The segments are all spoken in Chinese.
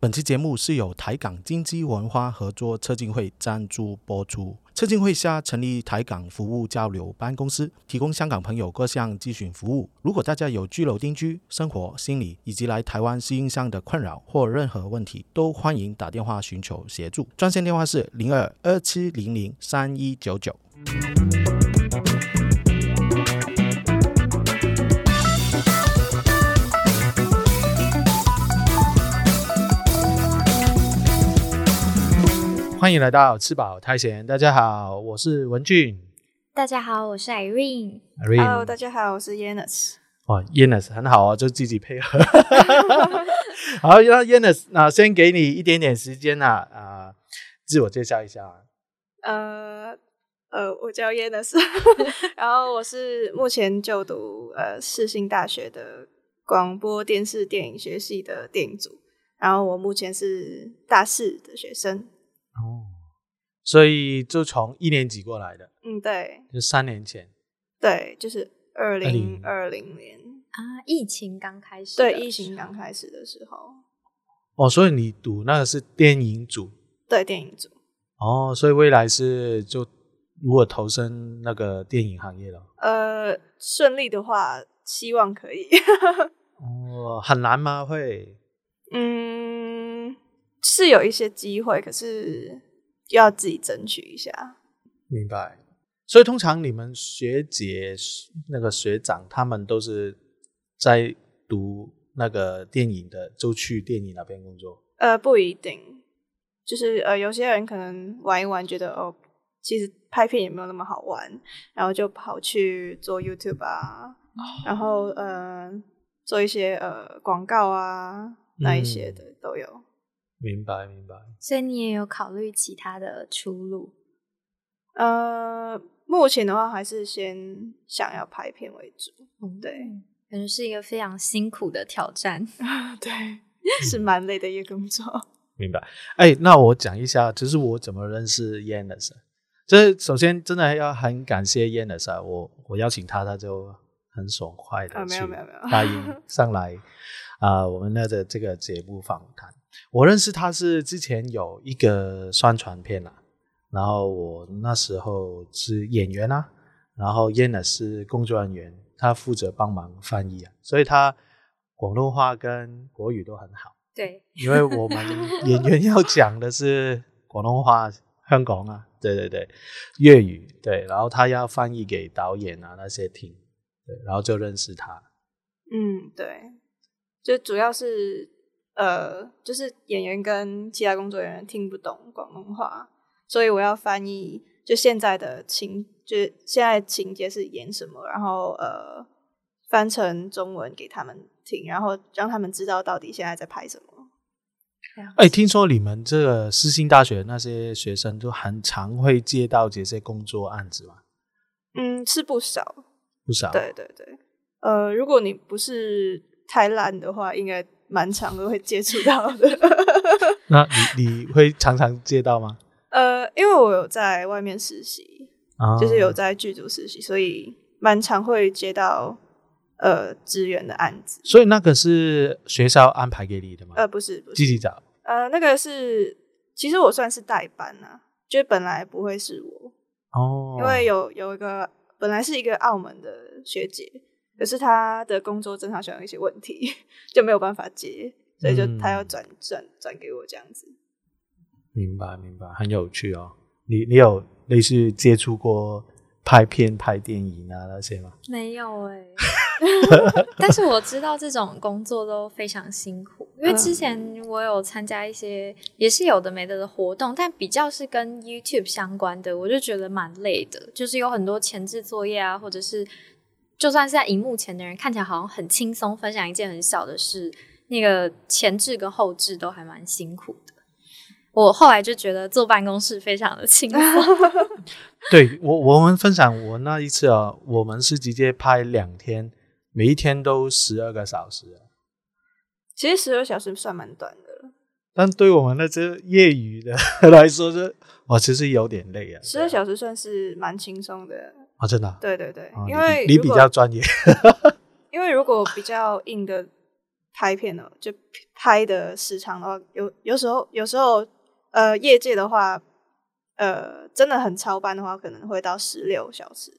本期节目是由台港经济文化合作策进会赞助播出。策进会下成立台港服务交流办公室，提供香港朋友各项咨询服务。如果大家有居留定居、生活、心理以及来台湾适应上的困扰或任何问题，都欢迎打电话寻求协助。专线电话是零二二七零零三一九九。欢迎来到吃饱太闲，大家好，我是文俊。大家好，我是 Irene。 Hello，大家好，我是 Yanis。哇 y a n i s 哦很好啊，就积极配合。 好，那 y a n i s 那先给你一点点时间啊，啊、自我介绍一下啊。呃呃，我叫 Yanis，然后我是目前就读呃世新大学的广播电视电影学系的电影组，然后我目前是大四的学生。哦，所以就从一年级过来的，嗯，对就三年前。对，就是二零二零年，啊，疫情刚开始的对时候，疫情刚开始的时候，哦，所以你读那个是电影组对电影组，哦，所以未来是就如果投身那个电影行业了，呃，顺利的话，希望可以。哦，很难吗？会嗯，是有一些机会，可是要自己争取一下。明白。所以通常你们学姐、那个学长他们都是在读那个电影的，就去电影那边工作。呃，不一定，就是呃，有些人可能玩一玩，觉得哦，其实拍片也没有那么好玩，然后就跑去做 YouTube 啊，然后呃，做一些呃广告啊那一些的都有。明白，明白。所以你也有考虑其他的出路。呃，目前的话还是先想要拍片为主，哦 对，感觉嗯是一个非常辛苦的挑战。 对， 是蛮累的一个工作。明白。哎，那我讲一下，就是我怎么认识 Yanis 的。这首先真的要很感谢 Yanis 啊，我我邀请他，他就很爽快的啊没有没有没有答 应上来啊、我们的这个节目访谈。我认识他是之前有一个宣传片啦、然后我那时候是演员啊，然后 Yanis 是工作人员，他负责帮忙翻译啊，所以他广东话跟国语都很好。对，因为我 们演员要讲的是广东话、香港啊，对对对，粤语对，然后他要翻译给导演啊那些听，对，然后就认识他，嗯，对，就主要是呃，就是演员跟其他工作人员听不懂广东话，所以我要翻译。就现在的情，就是现在情节是演什么，然后呃，翻成中文给他们听，然后让他们知道到底现在在拍什么。哎，听说你们这个世新大学那些学生都很常会接到这些工作案子嘛，嗯，是不少，不少。对对对。呃，如果你不是太烂的话，应该蛮常都会接触到的。 那你你会常常接到吗？呃，因为我有在外面实习，啊就是有在剧组实习，所以蛮常会接到呃支援的案子。所以那个是学校安排给你的吗？呃，不是不自是，己找。呃，那个是其实我算是代班啊，就是本来不会是我，哦，因为有有一个本来是一个澳门的学姐，可是她的工作正常上有一些问题，就没有办法接，所以就她要嗯转转转给我这样子。明白明白，很有趣哦。你你有类似接触过拍片、拍电影啊那些吗？没有 哎、但是我知道这种工作都非常辛苦，因为嗯之前我有参加一些也是有的没的的活动，但比较是跟 YouTube 相关的，我就觉得蛮累的，就是有很多前置作业啊，或者是就算是在荧幕前的人看起来好像很轻松，分享一件很小的事，那个前置跟后置都还蛮辛苦的。我后来就觉得坐办公室非常的轻 松，对我我们分享我那一次啊，我们是直接拍两天，每一天都十二个小时啊。其实十二小时算蛮短的了，但对我们那些业余的来说是，我其实有点累啊。十二时小时算是蛮轻松的。啊，真的啊、对对对，啊因为你比你如比果较专业，因为如果比较硬的拍片的，就拍的时长的话，有有时候有时候呃，业界的话，呃，真的很超班的话，可能会到十六小时。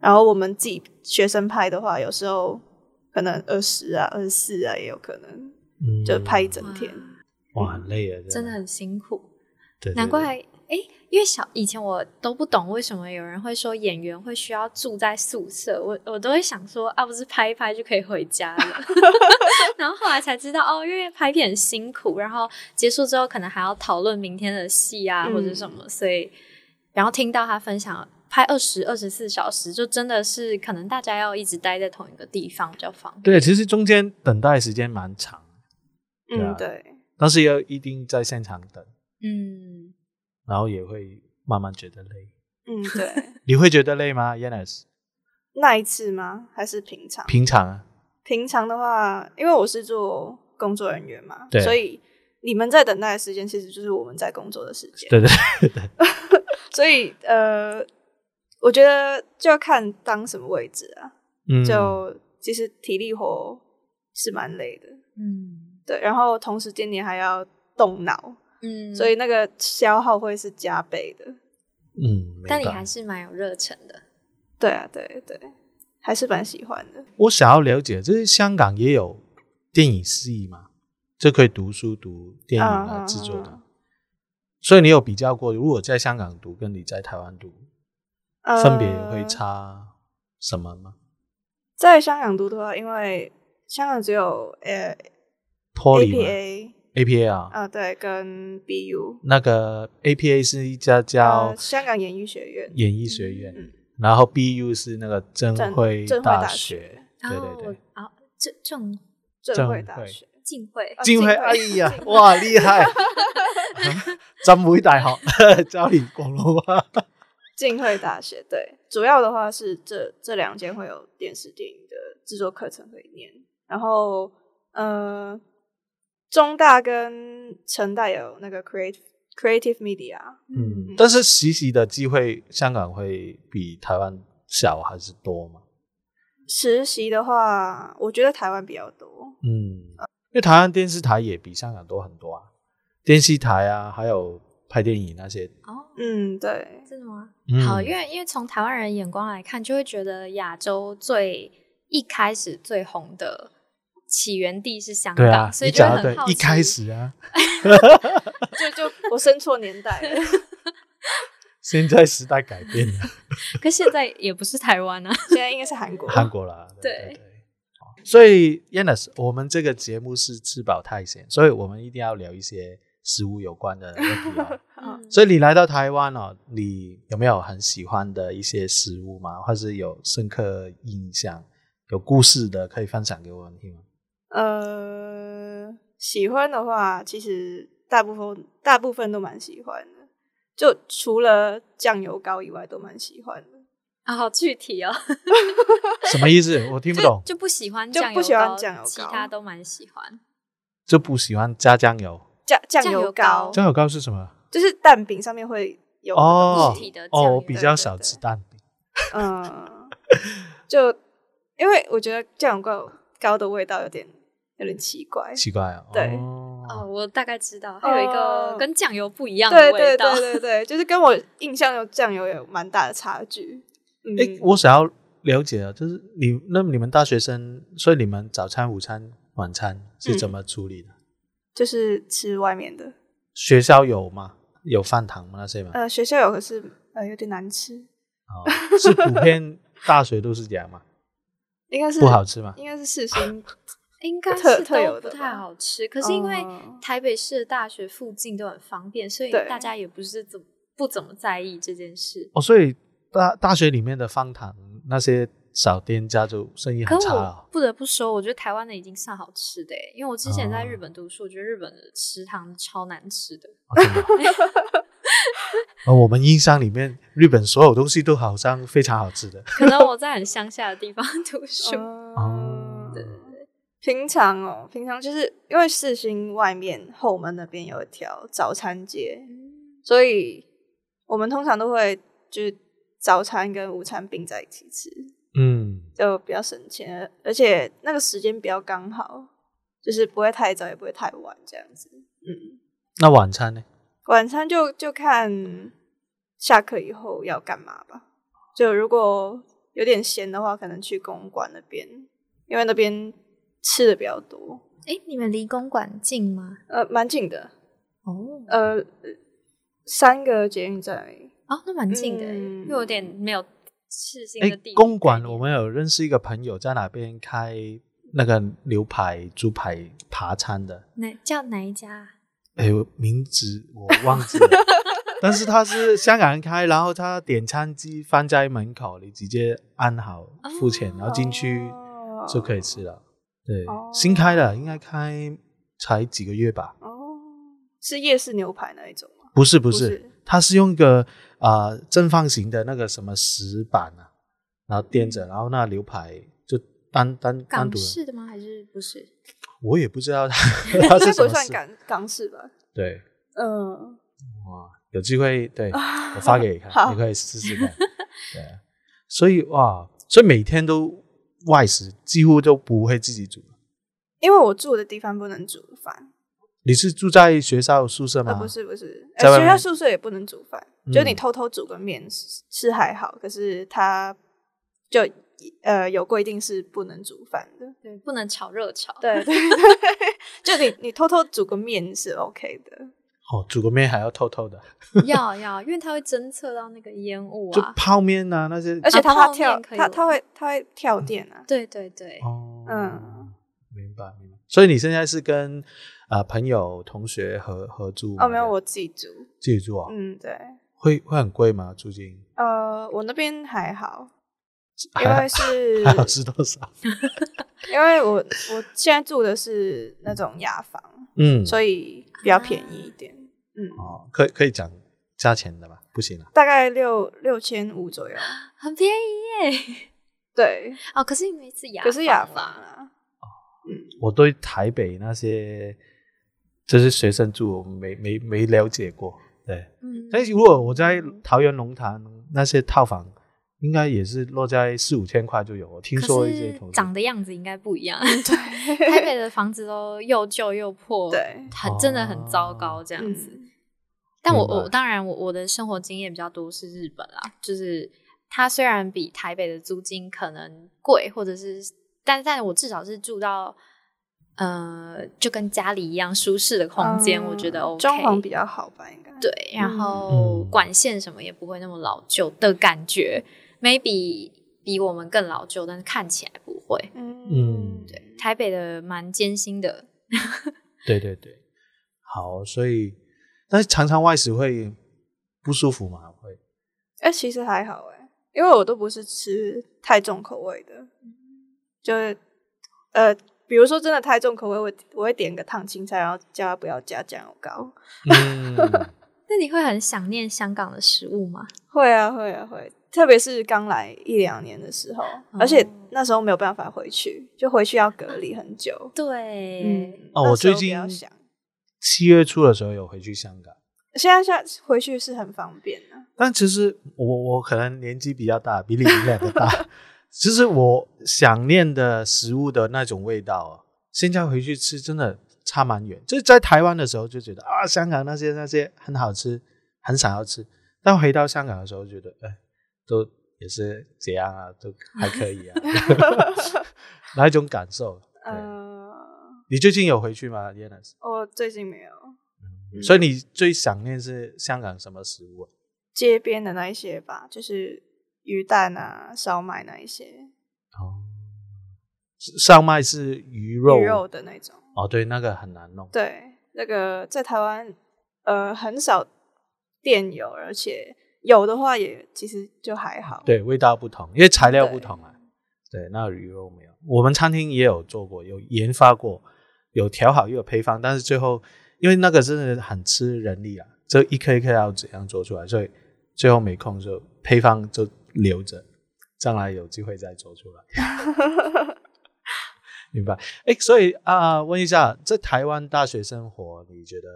然后我们自己学生拍的话，有时候可能二十啊、二十四啊也有可能，嗯 就拍一整天。哇，很累啊，真的很辛苦。对，对难怪对哎、因为小以前我都不懂为什么有人会说演员会需要住在宿舍，我我都会想说啊，不是拍一拍就可以回家了。 然后后来才知道哦，因为拍片很辛苦，然后结束之后可能还要讨论明天的戏啊、嗯或者什么，所以然后听到他分享。拍二十二十四小时，就真的是可能大家要一直待在同一个地方比较方便。对，其实中间等待时间蛮长，对啊嗯，对，但是要一定在现场等，嗯，然后也会慢慢觉得累。嗯，对。 你会觉得累吗，Yanis？那一次吗？还是平常？平常啊，平常的话，因为我是做工作人员嘛对，所以你们在等待的时间，其实就是我们在工作的时间。对对， 所以呃，我觉得就要看当什么位置啊。嗯，就其实体力活是蛮累的，嗯对。然后同时间你还要动脑，嗯，所以那个消耗会是加倍的。嗯，明但你白还是蛮有热忱的。对啊，对对，还是蛮喜欢的。我想要了解，就是香港也有电影系嘛，就可以读书读电影嗯啊嗯制作的嗯。所以你有比较过，如果在香港读跟你在台湾读，呃分别会差什么吗在香港读的话，因为香港只有呃？Poly 吗 APA APA 啊，啊、对，跟 BU 那个 APA 是一家叫呃香港演艺学院演艺学院，嗯然后 BU 是那个真政辉政大大学，然对后对对我，啊，这这种政会大学，进会啊金金辉，辉哎呀，哇，厉 害！浸會大學 教你廣東話，浸会大学对，主要的话是这这两间会有电视电影的制作课程可以念，然后呃，中大跟成大有那个 creative creative media，嗯，但是實習的機會，香港會比台灣小還是多嘛？实习的话，我觉得台湾比较多，嗯，因為台灣電視台也比香港多很多啊，電視台啊，還有拍電影那些，哦，嗯，对，真的吗？嗯、好，因为因为从台湾人眼光来看，就会觉得亚洲最一开始最红的起源地是香港，对啊，所你以就講会得很好對，奇。一開始啊，就就我生错年代了， 現在時代改變了，可现在也不是台湾 啊。现在应该是韩国，韩国啦，对对对。好所以 Yanis，我们这个节目是吃饱太闲，所以我们一定要聊一些食物有关的问题啊。嗯所以你来到台湾哦，你有没有很喜欢的一些食物吗？或是有深刻印象、有故事的，可以分享给我们听吗？呃，喜欢的话，其实大部分大部分都蛮喜欢的，就除了酱油膏以外，都蛮喜欢的。啊，好具体哦，什么意思？我 听不懂， 就不喜欢就酱油不喜欢膏酱油膏其他都蛮喜欢。就不喜欢加酱油。酱酱酱油油膏膏酱油膏是什么？就是蛋饼上面会有的哦东固体西，的酱哦，油我比较对对少吃蛋饼。嗯、就因为我觉得酱油膏膏的味道有点有点奇怪，奇怪哦。对哦，哦，我大概知道，还有一个哦跟酱油不一样的对味对道。对对对，就是跟我印象有酱油有蛮大的差距。嗯，诶，我想要了解啊，就是你那你们大学生，所以你们早餐、午餐、晚餐是怎么处理的？就是吃外面的，嗯学校有吗？有饭堂吗？那些 吗？呃，学校有可是呃有点难吃，哦，是普遍大学都是这样吗？应该是不好吃吗？应该是四星应该特是特都有不的太吧好吃，可是因为哦台北市的大学附近都很方便，所以对大家也不是怎不怎么在意这件事。哦，所以大大学里面的饭堂那些小店家就生意可很差我哦。不得不说，我觉得台湾的已经算好吃的欸，因为我之前在哦日本读书，我觉得日本的食堂超难吃的。哦真的哦 哦，我们印象里面，日本所有东西都好像非常好吃的。可能我在很乡下的地方 读书，哦哦，平常哦，平常就是因为四星外面后门那边有一条早餐街，所以我们通常都会就是早餐跟午餐并在一起吃，嗯，就比较省钱，而且那个时间比较刚好，就是不会太早，也不会太晚，这样子。嗯，那晚餐呢？晚餐就就看下课以后要干嘛吧。就如果有点闲的话，可能去公馆那边，因为那边吃的比较多，哎，你们离公馆近吗？呃，蛮近的，哦，呃，三个捷运站而已。哦，那蛮近的耶，嗯又有点没有赤心哎的地。，公馆我们有认识一个朋友在哪边开那个牛排、猪排扒餐的，哪叫哪一家啊？哎，我名字我忘记了，但是他是香港人开，然后他点餐机放在门口，你直接按好付钱，然后进去哦就可以吃了。对哦，新开的，应该开才几个月吧？哦，是夜市牛排那一种吗？不是不哦不是是，它是用一个啊、呃正方形的那个什么石板啊，然后垫着，然后那牛排就单单单港独的，式的吗？还是不是？我也不知道 它 它是这什不么算石。港港式吧？对，嗯，哇，有机会对我发给你看， 好你可以试试看。对，啊所以哇，所以每天都外食，几乎都不会自己煮。因为我住的地方不能煮饭，你是住在学校宿舍呃，吗？不是不是，在呃，外学面校宿舍也不能煮饭，嗯就你偷偷煮个面是是还好，可是它就呃有规定是不能煮饭的。对，不能炒热 炒。对对对， 就你你偷偷煮个面是 OK 的，哦，煮个面还要透透的，要要，因为它会侦测到那个烟雾就啊。泡面啊那些。而且它泡怕面跳，可以它吗它会它会跳电啊。对对对，哦，嗯，明白明白。所以你现在是跟呃朋友、同学合合住吗？哦，没有，我自己煮。自己住啊。嗯，对，会会很贵吗？租金？呃，我那边还好，因还为是还好是多少？因为我我现在住的是那种雅房，嗯，所以比较便宜一点。嗯，哦，可以可以讲价钱的吧？不行啊。大概六六千五左右。很便宜耶。对，哦，可是你每次雅可是雅房房啦啊，我对台北那些就是学生住，我没没没了解过。对，嗯，但是如果我在桃园龙潭那些套房，应该也是落在四五千块就有。我听可说一些是同事长的样子应该不 一样。啊 台北的房子都又旧又破，对嗯很真的很糟糕哦这这样子。但我明白我当然我我的生活经验比较多是日本啊，就是它虽然比台北的租金可能贵，或者是，但但我至少是住到呃就跟家里一样舒适的空间，我觉得 OK。嗯装潢比较好吧，应该。对，然嗯后嗯管线什么也不会那么老旧的感觉，maybe 比我们更老旧，但是看起来不会。嗯对，台北的蛮艰辛的，对对对，好，所以但是常常外食会不舒服嘛，会哎、其实还好哎、因为我都不是吃太重口味的，就是呃，比如说真的太重口味，我我会点个烫青菜，然后叫他不要加酱油哦膏。嗯， 那你会很想念香港的食物吗？会啊，会啊，会。特别是刚来一两年的时候，哦而且那时候没有办法回去，就回去要隔离很久。对，嗯，哦，我那时候最近比较想，七月初的时候有回去香港，现在现在回去是很方便的、但其实我我可能年纪比较大，比你们两个大，其实我想念的食物的那种味道啊，现在回去吃真的差蛮远。就是在台湾的时候就觉得啊，香港那些那些很好吃，很想要吃，但回到香港的时候觉得，哎，都也是这样啊，都还可以啊，那一种感受。对呃，你最近有回去吗 y a n i s 我最近没有所以你最想念是香港什么食物、啊？街边的那一些吧，就是鱼蛋啊、烧麦那一些哦，烧麦是鱼肉鱼肉的那种。哦，对，那个很难弄。对，那个在台湾呃很少店有，而且有的话也其实就还好。对，味道不同，因为材料不同啊。对，那鱼肉没有，我们餐厅也有做过，有研发过，有调好，又有配方，但是最后因为那个真的很吃人力啊，就一颗一颗要怎样做出来，所以最后没空就配方就留着，将来有机会再做出来。 明白，哎，所以啊、问一下，在台湾大学生活，你觉得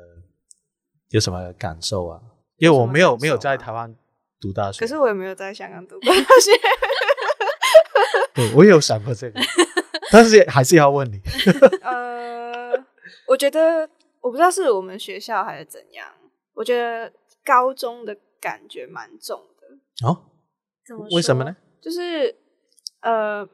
有什么感受啊？因为我没有有什么感受啊没有在台湾读大学，可 是我也没有在香港读过大学， 对我也有想过这个，但是还是要问你，嗯呃，我觉得我不知道是我们学校还是怎样，我觉得高中的感觉蛮重的，哦，怎么？为什么呢？？就是呃，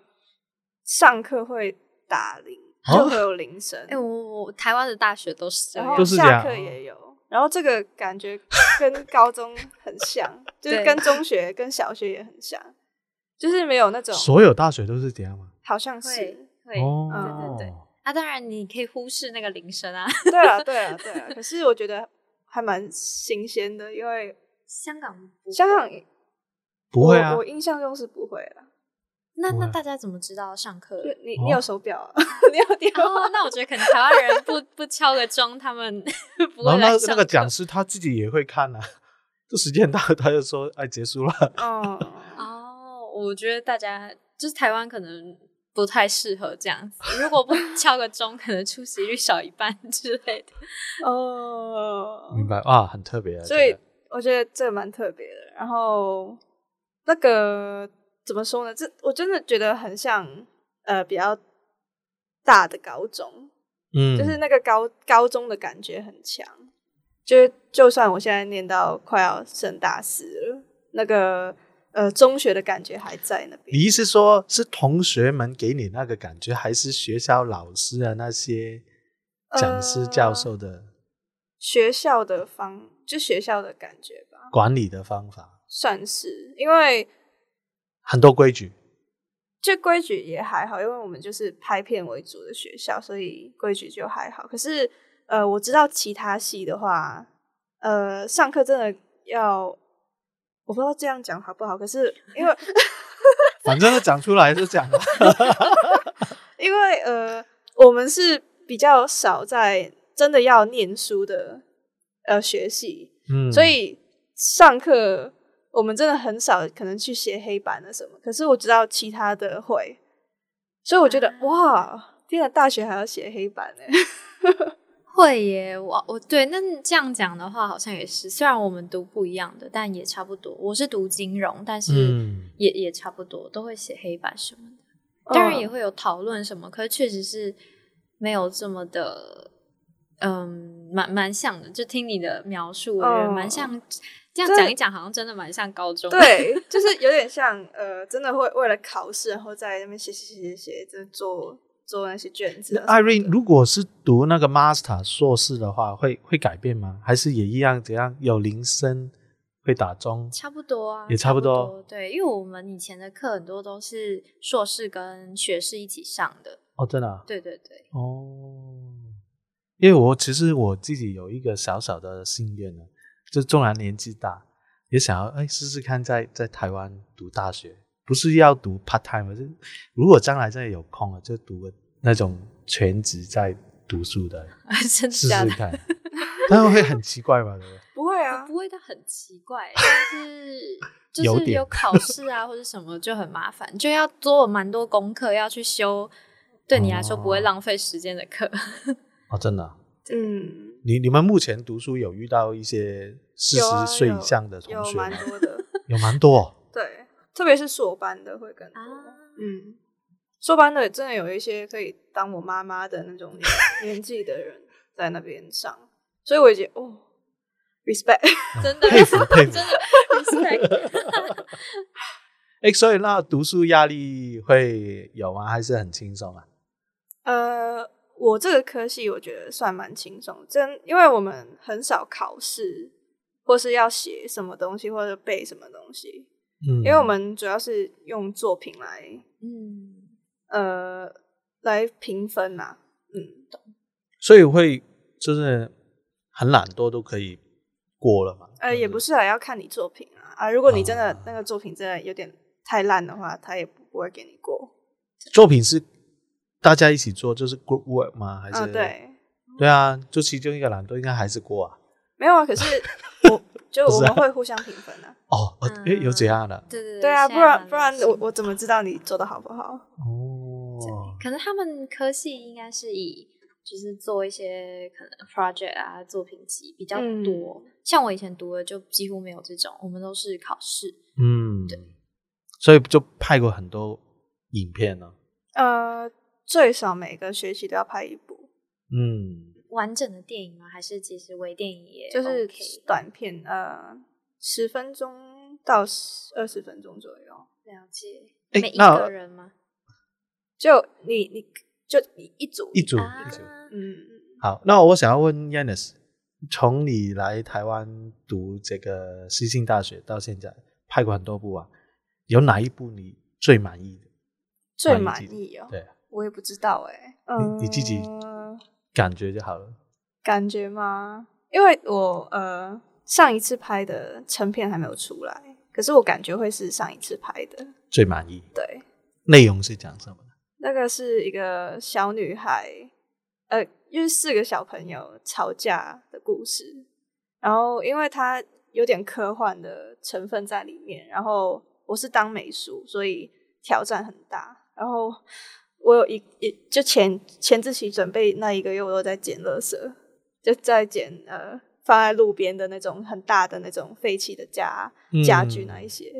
上课会打铃，哦就会有铃声，哎、我我台湾的大学都是这然样后都，是这样啊下课也有。然后这个感觉跟高中很 像，就是对跟中学、跟小学也很像，就是没有那种所有大学都是这样吗？好像会是会、哦，对对啊，当然你可以忽视那个铃声啊。对啊，对啊，对啊。可是我觉得还蛮新鲜的，因为 香港不香港不会啊我，我印象中是不会了。那不会那大家怎么知道上课？就你哦你有手表啊， 你有电 话，哦，那我觉得可能台湾人 不不敲个钟，他 们然不会后那来那上个课。讲师他自己也会看啊，就时间到了他就说哎结束了，嗯，哦，我觉得大家就是台湾可能不太适合这样子，如果不敲个钟，可能出席率少一半之类的。哦，明白哇，很特别啊。所以这个我觉得这个蛮特别的。然后那个怎么说呢？这我真的觉得很像呃比较大的高中，嗯，就是那个高高中的感觉很强。就是就算我现在念到快要升大四了，那个呃中学的感觉还在那边。你是说，是同学们给你那个感觉，还是学校老师啊那些讲师、呃教授的学校的方就学校的感觉吧，管理的方法？算是因为。很多规矩，就规矩也还好，因为我们就是拍片为主的学校，所以规矩就还好。可是，呃，我知道其他系的话，呃，上课真的要，我不知道这样讲好不好。可是因为反正都讲出来就讲了。因为呃，我们是比较少在真的要念书的呃学系，嗯， 所以上课我们真的很少可能去写黑板啊的什么，可是我知道其他的会，所以我觉得、啊哇，天啊，大学还要写黑板呢、会耶，我我对那这样讲的话，好像也是。虽然我们读不一样的，但也差不多。我是读金融，但是嗯，也、也差不多，都会写黑板什么的。 当然也嗯会有讨论什么，可是确实是没有这么的，嗯，蛮蛮像的。就听你的描述，我觉得蛮像。这样讲一讲，好像真的蛮像高中。，嗯对，就是有点像呃，真的会为了考试，然后在那边写写写写写，真的做做那些卷子啊什么的。艾瑞，如果是读那个 master 硕士的话，会会改变吗？还是也一样？怎样有铃声会打钟？差不多啊，也差差不不多对，因为我们以前的课很多都是硕士跟学士一起上的。哦，真的啊、对对对， 哦，因为我其实我自己有一个小小的心愿呢，就纵然年纪大，也想要哎试试看在在台湾读大学，不是要读 part time，是如果将来真的有空了，就读个那种全职在读书的，真的试假试的？看，但是会很奇怪吧？对不对？不会啊不，会到很奇怪，欸但 是有就是点有考试啊或者什么就很麻烦，就要做蛮多功课要去修，对你来说不会哦浪费时间的课。哦，真的啊、嗯，你你们目前读书有遇到一些四有啊十岁有以上的同有学吗？蛮多的，有蛮多哦、对，特别是硕班的会更多。嗯，说班的真的有一些可以当我妈妈的那种年年纪的人在那边上，所以我觉得哦，respect， 真 的佩服佩服。真的哎，所以那读书压力会有吗？还是很轻松啊？呃，我这个科系我觉得算蛮轻松，真因为我们很少考试，或是要写什么东西，或者背什么东西，嗯，因为我们主要是用作品来嗯，呃来评分呐、啊，嗯，所以会就是很懒惰都可以过了嘛。呃，也不是是啊，要看你作品啊啊！如果你真的、啊那个作品真的有点太烂的话，他也不不会给你过。作品是大家一起做，就是 group work 吗？还是、嗯，对，对啊，就其中一个懒惰应该还是过啊。没有啊。可是 我就我们会互相评分啊。哦，呃诶，有这样的对对对对啊，现在不然蛮不然流行我我怎么知道你做的好不好？哦，可能他们科系应该是以就是做一些可能 project 啊作品集比较嗯多，像我以前读的就几乎没有这种，我们都是考试。嗯，所以就拍过很多影片呢、呃，最少每个学期都要拍一部，嗯，完整的电影吗？还是其实微电影也就是 OK？短片，呃，十分钟到二十分钟左右。了解，诶每一那个人吗？就你你就你一组一组啊一组。嗯，好，那我想要问 Yanis，从你来台湾读这个西进大学到现在，拍过很多部啊，有哪一部你最满意的？最满满意意哦，对啊，我也不知道哎、你你自己呃感觉就好了。感觉吗？因为我呃上一次拍的成片还没有出来，可是我感觉会是上一次拍的。最满意，对，内容是讲什么的？那个是一个小女孩，呃，就是四个小朋友吵架的故事。然后因为它有点科幻的成分在里面，然后我是当美术，所以挑战很大。然后我有一一就前前自习准备那一个月，我都在捡垃圾，就在捡呃放在路边的那种很大的那种废弃的家家具那一些。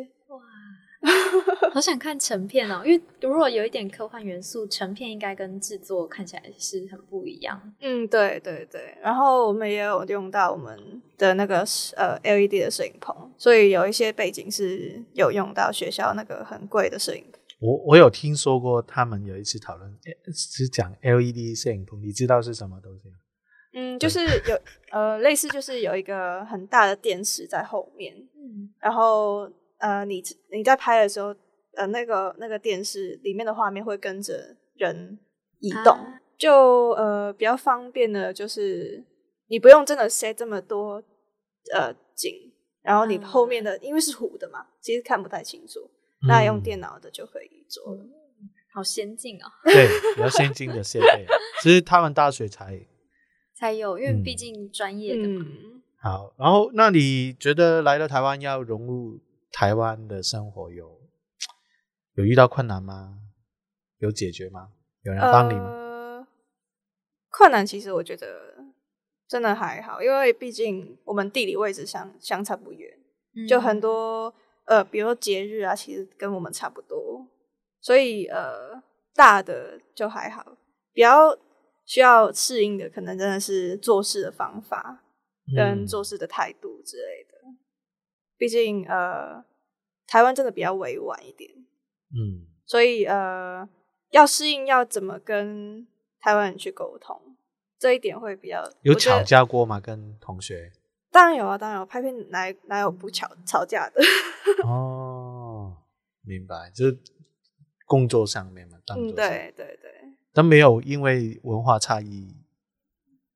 好想看成片哦，因为如果有一点科幻元素，成片应该跟制作看起来是很不一样。嗯，对对对，然后我们也有用到我们的那个呃 LED 的摄影棚，所以有一些背景是有用到学校那个很贵的摄影棚。我我有听说过，他们有一次讨论诶是讲 LED 摄影棚，你知道是什么东西吗？嗯，就是有呃类似就是有一个很大的电视在后面，嗯，然后呃你你在拍的时候，呃那个那个电视里面的画面会跟着人移动，啊就呃比较方便的，就是你不用真的 set 这么多呃景，然后你嗯后面的、因为是糊的嘛，其实看不太清楚，那用电脑、脑的就可以做了。好先进哦，对比较先进的设备，其实他们大学才才有，因为嗯毕竟专业的嘛。嗯，好。然后，那你觉得来到台湾要融入台湾的生活有有遇到困难吗？有解决吗？有人帮你吗？呃，困难其实我觉得真的还好，因为毕竟我们地理位置相相差不远。嗯就很多呃，比如说节日啊，其实跟我们差不多，所以呃，大的就还好，比较需要适应的，可能真的是做事的方法跟嗯做事的态度之类的。毕竟呃，台湾真的比较委婉一点，嗯所以呃，要适应要怎么跟台湾人去沟通，这一点会比较有我觉得吵架过吗？跟同学？ 当然有啊，当然有，拍片哪哪有不吵吵架的？哦，明白，就是工作上面嘛，当嗯，作 对对对。但没有因为文化差异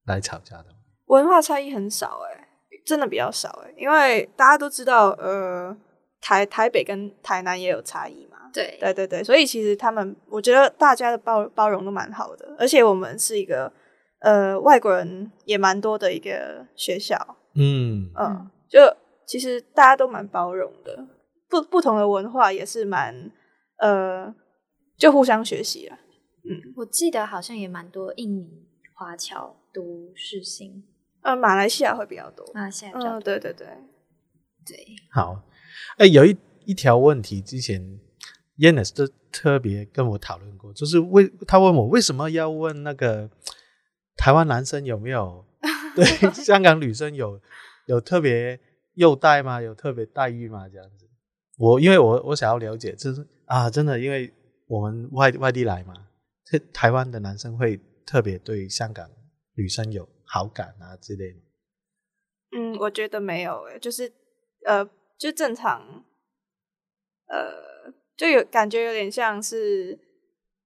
来吵架的。文化差异很少哎、真的比较少哎、因为大家都知道，呃，台台北跟台南也有差异嘛。对对对对，所以其实他们，我觉得大家的包包容都蛮好的，而且我们是一个呃外国人也蛮多的一个学校，嗯嗯，嗯就其实大家都蛮包容的，不不同的文化也是蛮呃就互相学习啊啦。我记得好像也蛮多印尼华侨读世新，呃，马来西亚会比较多，马来西亚比较多、嗯，对对对，对，好，哎、有一一条问题，之前 Yanis 就特别跟我讨论过，就是为他问我为什么要问那个台湾男生有没有对香港女生有有特别优待吗？有特别待遇吗？这样子，我因为我我想要了解，就是啊，真的，因为我们外外地来嘛，这台湾的男生会特别对香港女生有好感啊之类的。嗯，我觉得没有诶、就是呃，就正常，呃，就有感觉有点像是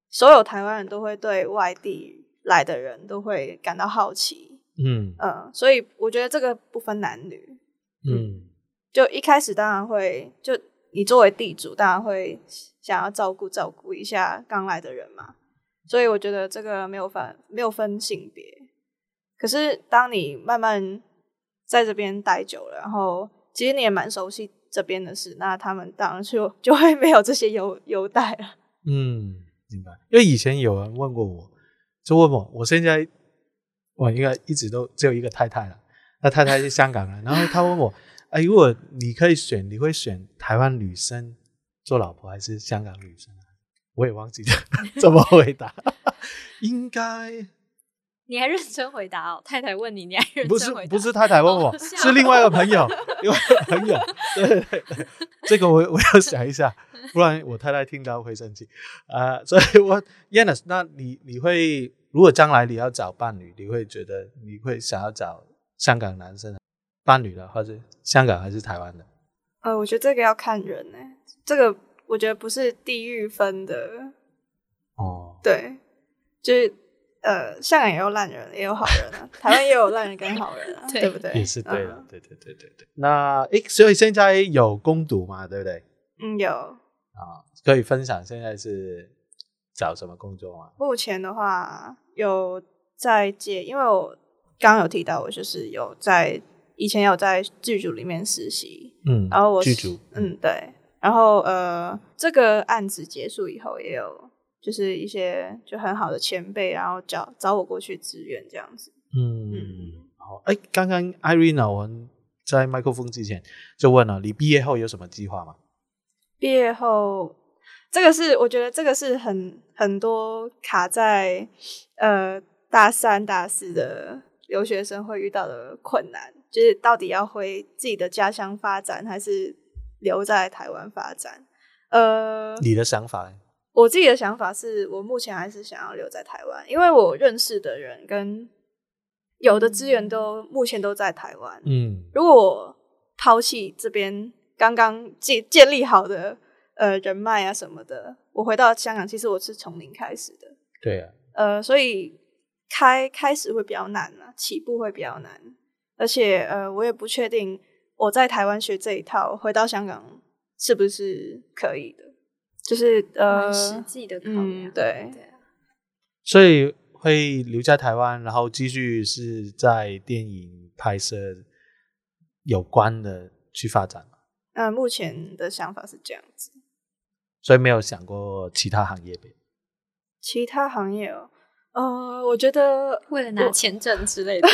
所有台湾人都会对外地来的人都会感到好奇，嗯嗯，所以我觉得这个不分男女，嗯就一开始当然会，就你作为地主，当然会想要照顾照顾一下刚来的人嘛。所以我觉得这个没有分没有分性别。可是当你慢慢在这边待久了，然后其实你也蛮熟悉这边的事，那他们当然就就会没有这些优优待了。嗯，明白。因为以前有人问过我，就问我，我现在我应该一直都只有一个太太了，那太太是香港人，然后他问我，哎，如果你可以选，你会选台湾女生做老婆还是香港女生啊？我也忘 记怎么回答，应该你还认真回答哦，太太问你，你还认不是真回答？不是太太问我，哦吓是另外一个朋友， 另外一个朋友。对对对， 这个我我要想一下，不然我太太听到会生气。啊、所以我 Yanis，那你你会如果将来你要找伴侣，你会觉得你会想要找香港男生伴侣的，或者香港还是台湾的？呃，我觉得这个要看人呢、这个我觉得不是地域分的，哦，对，就是呃，香港也有烂人，也有好人啊，台湾也有烂人跟好人啊，对对不对？也是对的，嗯对对对对对。那诶，所以现在有攻读嘛，对不对？嗯，有。啊，可以分享现在是找什么工作吗？目前的话有在接，因为我刚刚有提到，我就是有在以前有在剧组里面实习，嗯哦然后我剧组，嗯，对。然后呃，这个案子结束以后，也有就是一些就很好的前辈，然后找找我过去支援这样子。嗯，好，哎，刚刚 Irene 啊我们在麦克风之前就问了，你毕业后有什么计划吗？毕业后，这个是我觉得这个是很很多卡在呃大三大四的留学生会遇到的困难，就是到底要回自己的家乡发展，还是留在台湾发展？呃，你的想法呢？我自己的想法是我目前还是想要留在台湾，因为我认识的人跟有的资源都目前都在台湾，嗯如果我抛弃这边刚刚建建立好的呃人脉啊什么的，我回到香港，其实我是从零开始的，对啊，呃，所以开开始会比较难啊，起步会比较难，而且呃，我也不确定我在台湾学这一套，回到香港是不是可以的，就是呃蛮，实际的考量，嗯对对啊，所以会留在台湾，然后继续是在电影拍摄有关的去发展嘛，呃，目前的想法是这样子。所以没有想过其他行业呗。其他行业哦，呃，我觉得为了拿签证之类 的，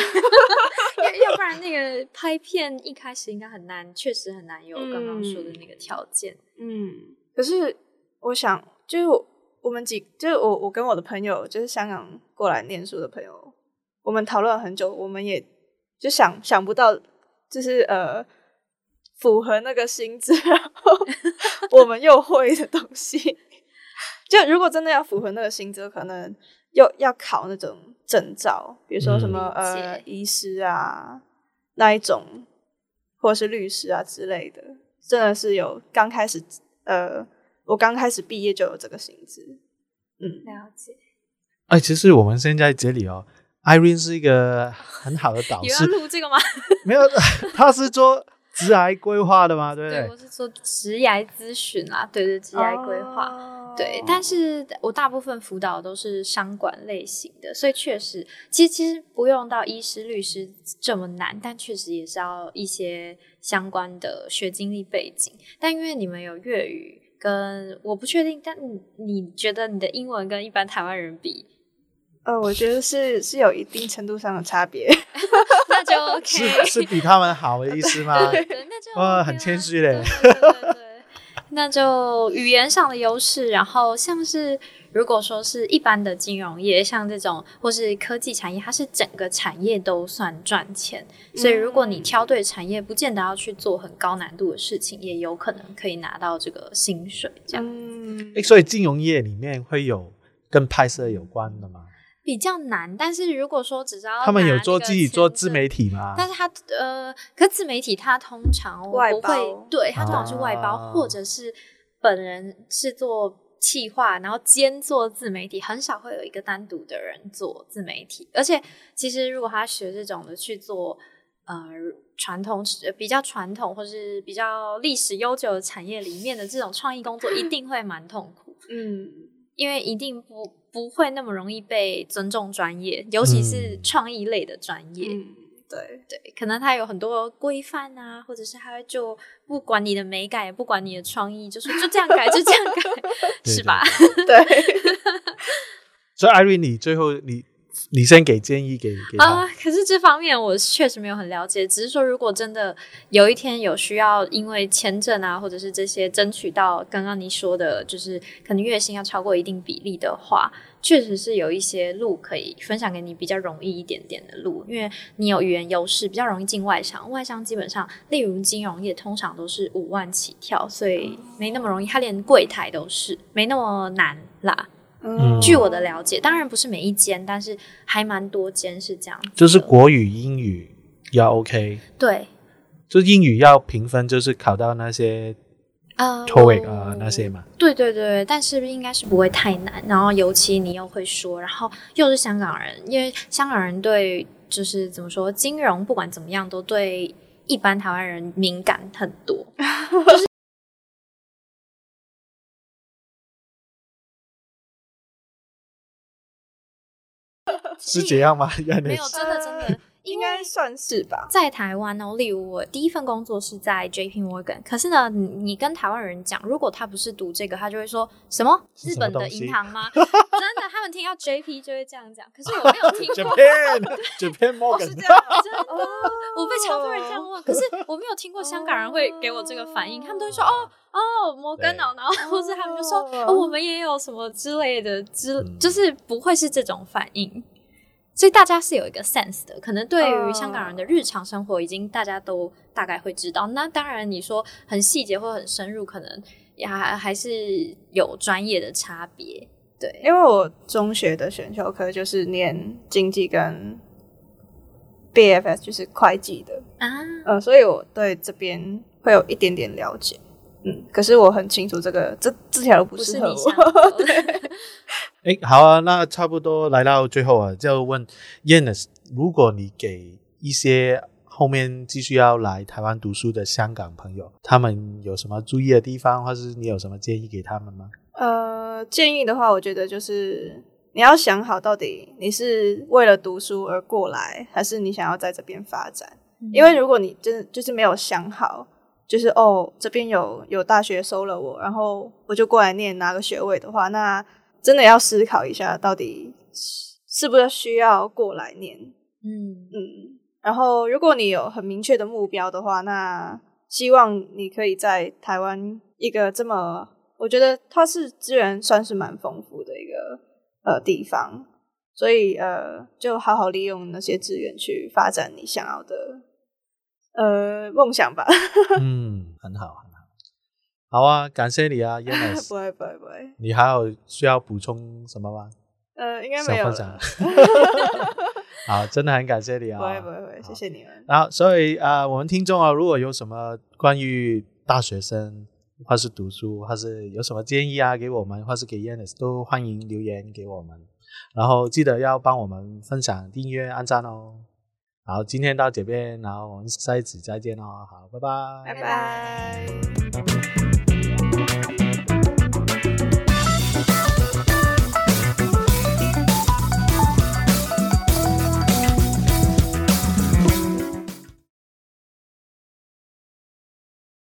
要要不然那个拍片一开始应该很难，确实很难有刚刚说的那个条件。嗯，可是我想，就是我我们几，就是我我跟我的朋友，就是香港过来念书的朋友，我们讨论了很久，我们也就想想不到，就是呃，符合那个薪资，然后我们又会的东西。 就如果真的要符合那个薪资，可能又要考那种证照，比如说什么、嗯呃理解医师啊那一种，或者是律师啊之类的，真的是有刚开始呃，我刚开始毕业就有这个薪资，嗯，了解，哎，其实我们现在这里哦，Irene 是一个很好的导有要师，录这个吗？ 没有，他是做职癌规划的嘛，对不对？我是说职涯咨询啊，对对，职涯规划。划对，但是我大部分辅导都是商管类型的，所以确实，其实其实不用到医师、律师这么难，但确实也是要一些相关的学经历背景。但因为你们有粤语，跟我不确定，但你你觉得你的英文跟一般台湾人比，呃，我觉得是是有一定程度上的差别。那就 OK， 是是比他们好的意思吗？对，那啊就哇 OK 啦很谦虚嘞。对对对对对那就语言上的优势，然后像是如果说是一般的金融业，像这种或是科技产业，它是整个产业都算赚钱，所以如果嗯你挑对产业，不见得要去做很高难度的事情，也有可能可以拿到这个薪水。这样嗯诶，所以金融业里面会有跟拍摄有关的嗯吗？比较难，但是如果说只要他们有拿那做个自己做签自证媒体吗？但是它呃，可自媒体它通常我外不会包，对它通常是外包，啊或者是本人是做企划，然后兼做自媒体，很少会有一个单独的人做自媒体。而且其实如果他学这种的去做呃传统呃比较传统或是比较历史悠久的产业里面的这种创意工作，一定会蛮痛苦。嗯，因为一定不不会那么容易被尊重专业，尤其是嗯创意类的专业。嗯 对，对，可能它有很多规范啊，或者是它就不管你的美感，也不管你的创意，就是就这样改，就这样改， 对是吧？？对对对，所以 Irene，你最后你你先给建议给给啊他，，可是这方面我确实没有很了解，只是说如果真的有一天有需要，因为签证啊，或者是这些争取到刚刚你说的，就是可能月薪要超过一定比例的话，确实是有一些路可以分享给你比较容易一点点的路，因为你有语言优势，比较容易进外商。外商基本上，例如金融业，通常都是五万起跳，所嗯以没那么容易，他连柜台都是没那么难啦。嗯据我的了解，当然不是每一间，但是还蛮多间是这样子的。就是国语、英语要 OK，对，就英语要评分，就是考到那些哦呃 TOEIC 啊那些嘛。对对对，但是应该是不会太难。然后尤其你又会说，然后又是香港人，因为香港人对就是怎么说，金融不管怎么样都对一般台湾人敏感很 多。就是是这样吗？ 原没来有，真的真的呃，因应为该算是吧。在台湾哦，例如我第一份工作是在 J.P. Morgan，可是呢，你你跟台湾人讲，如果他不是读这个，他就会说什么是日什么本的东西银行 吗？真的，他们听到 J.P. 就会这样讲。可是我没有 听过， Japan Japan 哦，是 Morgan，这样啊，真的，哦我被超多人这哦样问，可是我没有听过香港人会给我这个反应，他们都会说哦哦摩根哦，然后或是他们就说哦我们也有什么之类的之，嗯就是不会是这种反应。所以大家是有一个 sense 的，可能对于香港人嗯的日常生活，已经大家都大概会知道。那当然，你说很细节或很深入，可能也还还是有专业的差别。对，因为我中学的选修课就是念经济跟 BFS，就是会计的，啊，呃，所以我对这边会有一点点了解。嗯，可是我很清楚这个这这条路不不是适合你想我。的。哎，好啊，那差不多来到最后啊，就问 Yannis，如果你给一些后面继续要来台湾读书的香港朋友，他们有什么注意的地方，或是你有什么建议给他 们吗？ 呃，建议的话，我觉得就是你要想好，到底你是为了读书而过来，还是你想要在这边发展？嗯因为如果你真的就是没有想好，就是哦，这边有有大学收了我，然后我就过来念拿个学位的话，那真的要思考一下，到底是是不是需要过来念？嗯，嗯，然后如果你有很明确的目标的话，那希望你可以在台湾一个这么，我觉得它是资源算是蛮丰富的一个呃地方，所以呃，就好好利用那些资源去发展你想要的呃梦想吧。嗯，很好，很好，好啊，感谢你啊 不，Yannis，会不会不会，你还有需要补充什么吗？呃，应该想没有分了享。。好，真的很感谢你啊！ 不会不会不会，好谢谢你们。然后，所以呃，我们听众啊，如果有什么关于大学生或是读书，或是有什么建议啊，给我们或是给 Yannis，都欢迎留言给我们。然后记得要帮我们分享、订阅、按赞哦。然后今天到这边，然后我们下一集再见哦。好，拜拜拜拜。